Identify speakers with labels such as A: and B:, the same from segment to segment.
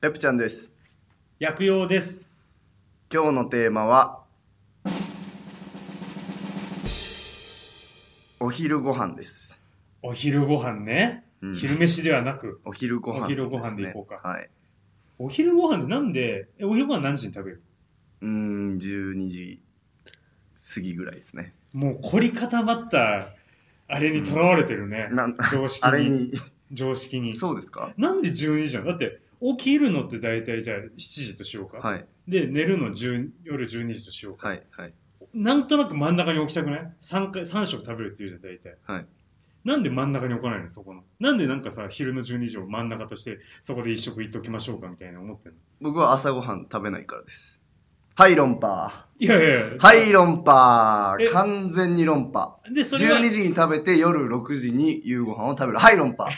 A: やぷちゃんです。
B: 薬用です。
A: 今日のテーマは、お昼ご飯です。
B: お昼ご飯ね。
A: うん
B: 昼飯ではなく。
A: お昼ご飯
B: お昼ご飯でいこうか
A: はい。
B: お昼ご飯ってなんで、え、お昼ご飯何時に食べる
A: うーん、12時過ぎぐらいです ね。
B: もう凝り固まった、あれにとらわれてるね。
A: なん
B: 常識
A: あれ
B: に。
A: に、
B: 常識に。
A: そうですか
B: なんで12時なのだって、起きるのって大体じゃあ7時としようか。
A: はい、
B: で、寝るの10夜12時としようか。
A: はい、はい、
B: なんとなく真ん中に置きたくない ?3 回、三食食べるっていうじゃん、大体。
A: はい。
B: なんで真ん中に置かないのそこの。なんでなんかさ、昼の12時を真ん中として、そこで一食いっときましょうかみたいな思ってんの
A: 僕は朝ご飯食べないからです。はい、論破。
B: いやいやいや。
A: はい、論破
B: え。
A: 完全に論破。
B: で、それは
A: 12、時に食べて夜6時に夕ご飯を食べる。はい、論 破。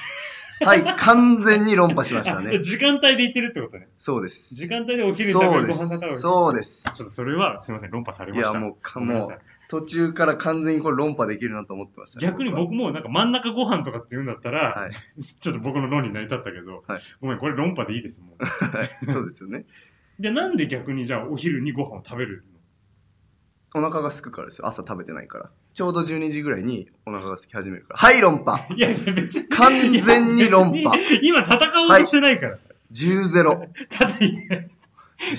A: はい、完全に論破しました
B: あ
A: ね。
B: 時間帯で言ってるってことね。
A: そうです。
B: 時間帯でお昼に食べ
A: そう
B: る
A: で
B: ご飯だから。
A: す。そうです。
B: ちょっとそれは、すいません、論破され
A: い
B: ました。
A: や、もう、か
B: ごめんな
A: も、
B: さいう
A: 途中から完全にこれ論破できるなと思ってましたね、
B: 逆に僕もなんか真ん中ご飯とかって言うんだった
A: は。
B: ら、
A: はい。
B: ちょっと僕の論に成り立ったけど、
A: はい
B: ごめん、これ論破でいいです、もう。
A: そうですよね。
B: で、なんで逆にじゃあお昼にご飯を食べるの
A: お腹が空くからですよ。朝食べてないから。ちょうど12時ぐらいにお腹が空き始めるから。はい、論破
B: いや、いや別に。
A: 完全に論破
B: いや。別に今戦おうとしてないから。
A: !10-0。
B: ただ、
A: 10-0です、
B: 完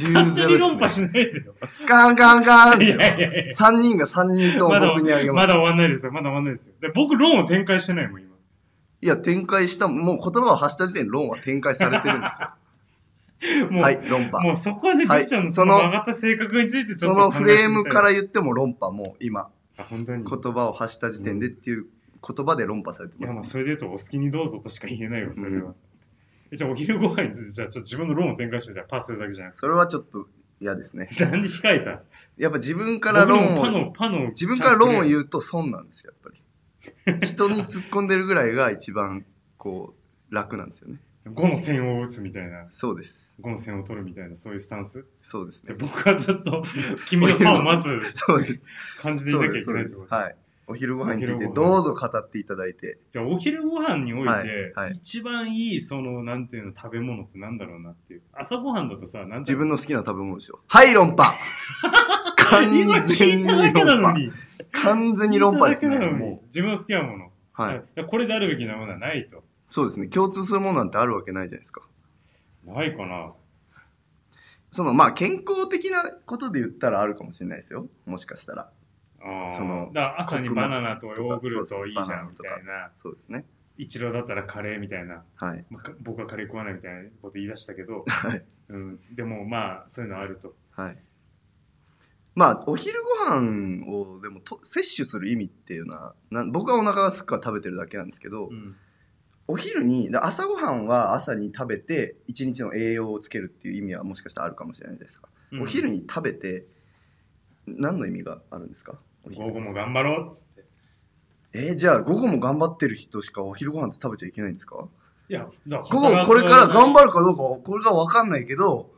B: 全
A: ね
B: に。論破しないでよ。
A: ガンガンガンっ
B: いやい
A: て。
B: やいや。
A: 3人が3人とも
B: まだ、
A: 僕にあげま。
B: ますだ終わんないですよ。まだ終わんないですよ。で僕、論を展開してないもん、今。
A: いや、展開した、もう言葉を発した時点で論は展開されてるんですよ。
B: もう、
A: はい、論破。
B: もうそこはね、
A: はい
B: ビクちゃんの
A: そ
B: そ
A: の
B: の曲がった性格についてちょ
A: そ
B: っと
A: の
B: お話し
A: フ
B: してみたい。
A: レームから言っても論破、もう今、
B: あ、本当に。
A: 言葉を発した時点でっていう言葉で論破されて
B: いや、ま
A: ま
B: あ、
A: す。
B: それで言うと、お好きにどうぞとしか言えないよ、それ
A: う
B: は。えじゃあ、お昼ご飯について、じゃあ、ちょっと自分の論を展開して、じゃあ、パーするだけじゃなく
A: それはちょっと嫌ですね。
B: て。なんで控えた
A: やっぱ自分から論
B: 僕に
A: を、
B: もパの、パの、
A: 自分から論を
B: う。
A: 言うと損なんですよ、やっぱり。人に突っ込んでるぐらいが一番、こう、楽なんですよね。
B: 5の線を打つみたいな。
A: そうです。
B: 5の線を取るみたいな、そういうスタンス。
A: そうです
B: で
A: ね。
B: 僕はずっ と、君のパンを待つ
A: そうです。
B: 感じでい
A: そ
B: な
A: う
B: きゃ
A: で
B: い
A: す。そ
B: け
A: う
B: ないっ
A: で
B: て
A: す
B: こと。
A: はい。お昼ご飯につい
B: お
A: て
B: 昼ご飯
A: どうぞ語っていただいて。
B: じゃあ、お昼ご飯において、
A: はいはい
B: 一番いい、その、なんていうの、食べ物ってなんだろうなっていう。朝ご飯だとさ、なんて
A: 自分の好きな食べ物でしょ。はい、論破完
B: 今聞
A: 全
B: い
A: に
B: ただけな
A: 論
B: の
A: 破。
B: に。
A: 完全に論破ですね。
B: 聞いただけなのに
A: も
B: 自分の好きなもの。
A: うはい。
B: やこれであるべきなものはないと。
A: そうですね。共通するものなんてあるわけないじゃないですか。
B: ないかな。
A: その、まあ、健康的なことで言ったらあるかもしれないですよ。もしかしたら。
B: あー
A: その
B: だから朝に
A: 穀物
B: バナナとヨーグル
A: とか
B: トいいじゃんみ
A: そう
B: た
A: そうバナナ
B: いな。
A: そうですね。
B: 一郎だったらカレーみたいな。
A: はい。
B: まあか僕はカレー食わないみたいなこと言い出したけど、
A: はい。
B: うん、でもまあ、そういうのあると。
A: はい。まあ、お昼ご飯を、でもと、摂取する意味っていうのは、なん僕はお腹がすくから食べてるだけなんですけど、
B: うん
A: お昼に、だ朝ごはんは朝に食べて、一日の栄養をつけるっていう意味はもしかしたらあるかもしれないじゃないですか。お昼に食べて、何の意味があるんですかお昼
B: 午後も頑張ろうっつって。
A: えーじゃあ午後も頑張ってる人しかお昼ご飯って食べちゃいけないんですか
B: いや、だ
A: 午後これから頑
B: る。
A: 張るかどうかこれが分かんないけど、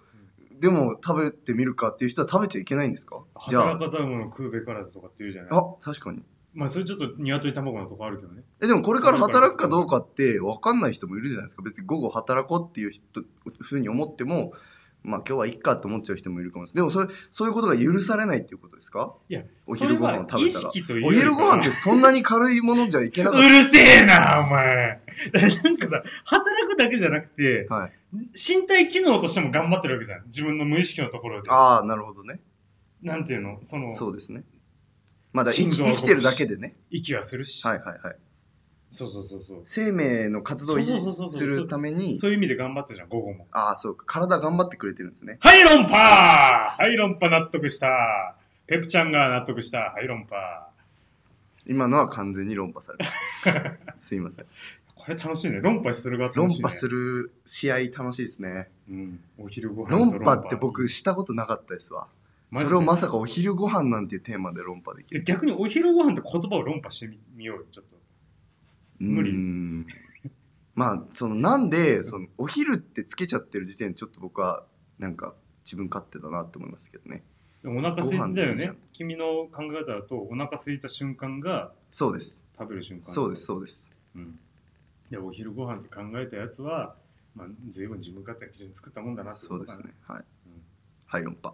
A: でも食べてみるかっていう人は食べちゃいけないんですかじゃ
B: 働
A: あ、
B: かざる者食うべからずとかって言うじゃない。
A: あ、確かに。
B: まあ、それちょっと鶏卵のとこあるけどね。
A: え、でもこれから働くかどうかって分かんない人もいるじゃないですか。別に午後働こうっていう人ふうに思っても、まあ今日はいっかって思っちゃう人もいるかもしれない。でもそれ、そういうことが許されないっていうことですか
B: いや、
A: お昼ご飯を食べたら
B: それは意識という
A: お
B: よりか
A: 昼
B: は
A: ご飯ってそんなに軽いものじゃいけなか
B: う
A: っ
B: るせえな、お前。なんかさ、働くだけじゃなくて、
A: た。はい。
B: 身体機能としても頑張ってるわけじゃん。自分の無意識のところで。
A: ああ、なるほどね。
B: なんていうのその、
A: そうですね。まあだから生きてきてるだけでね。
B: 息はするし。
A: はいはいはい。
B: そうそうそうそう。
A: 生命の活動を維持するために、
B: そういう意味で頑張ってるじゃん、午後も。
A: ああ、そうか。体頑張ってくれてるんですね。
B: はい、論破はい、論破納得した。ペプちゃんが納得した。はい、論破。
A: 今のは完全に論破されま した。すいません。
B: これ楽しいね。論破する側
A: 論
B: 楽しい、ね。
A: 破する試合楽しいですね。
B: うん。お昼ご飯と
A: 論破って僕したことなかったですわ。そ
B: マジで
A: れをまさかお昼ご飯なんていうテーマで論破でき
B: じゃ
A: る。
B: あ逆にお昼ご飯って言葉を論破してみみようよ、ちょっと。無理
A: うーんまあ、そのなんで、そのお昼ってつけちゃってる時点でちょっと僕は、なんか自分勝手だなって思いますけどね。
B: でもお腹空いた
A: ご飯でい
B: よ
A: いじゃ
B: ね
A: ん。
B: 君の考え方だと、お腹空いた瞬間が
A: そうです。
B: 食べる瞬間。
A: そうです、。そうです。
B: うん。で、お昼ご飯って考えたやつは、まあ、随分自分勝手な基準作ったもんだなって
A: そう
B: こと
A: で
B: か
A: す
B: な。
A: ね。はい。
B: うん
A: はい、論破。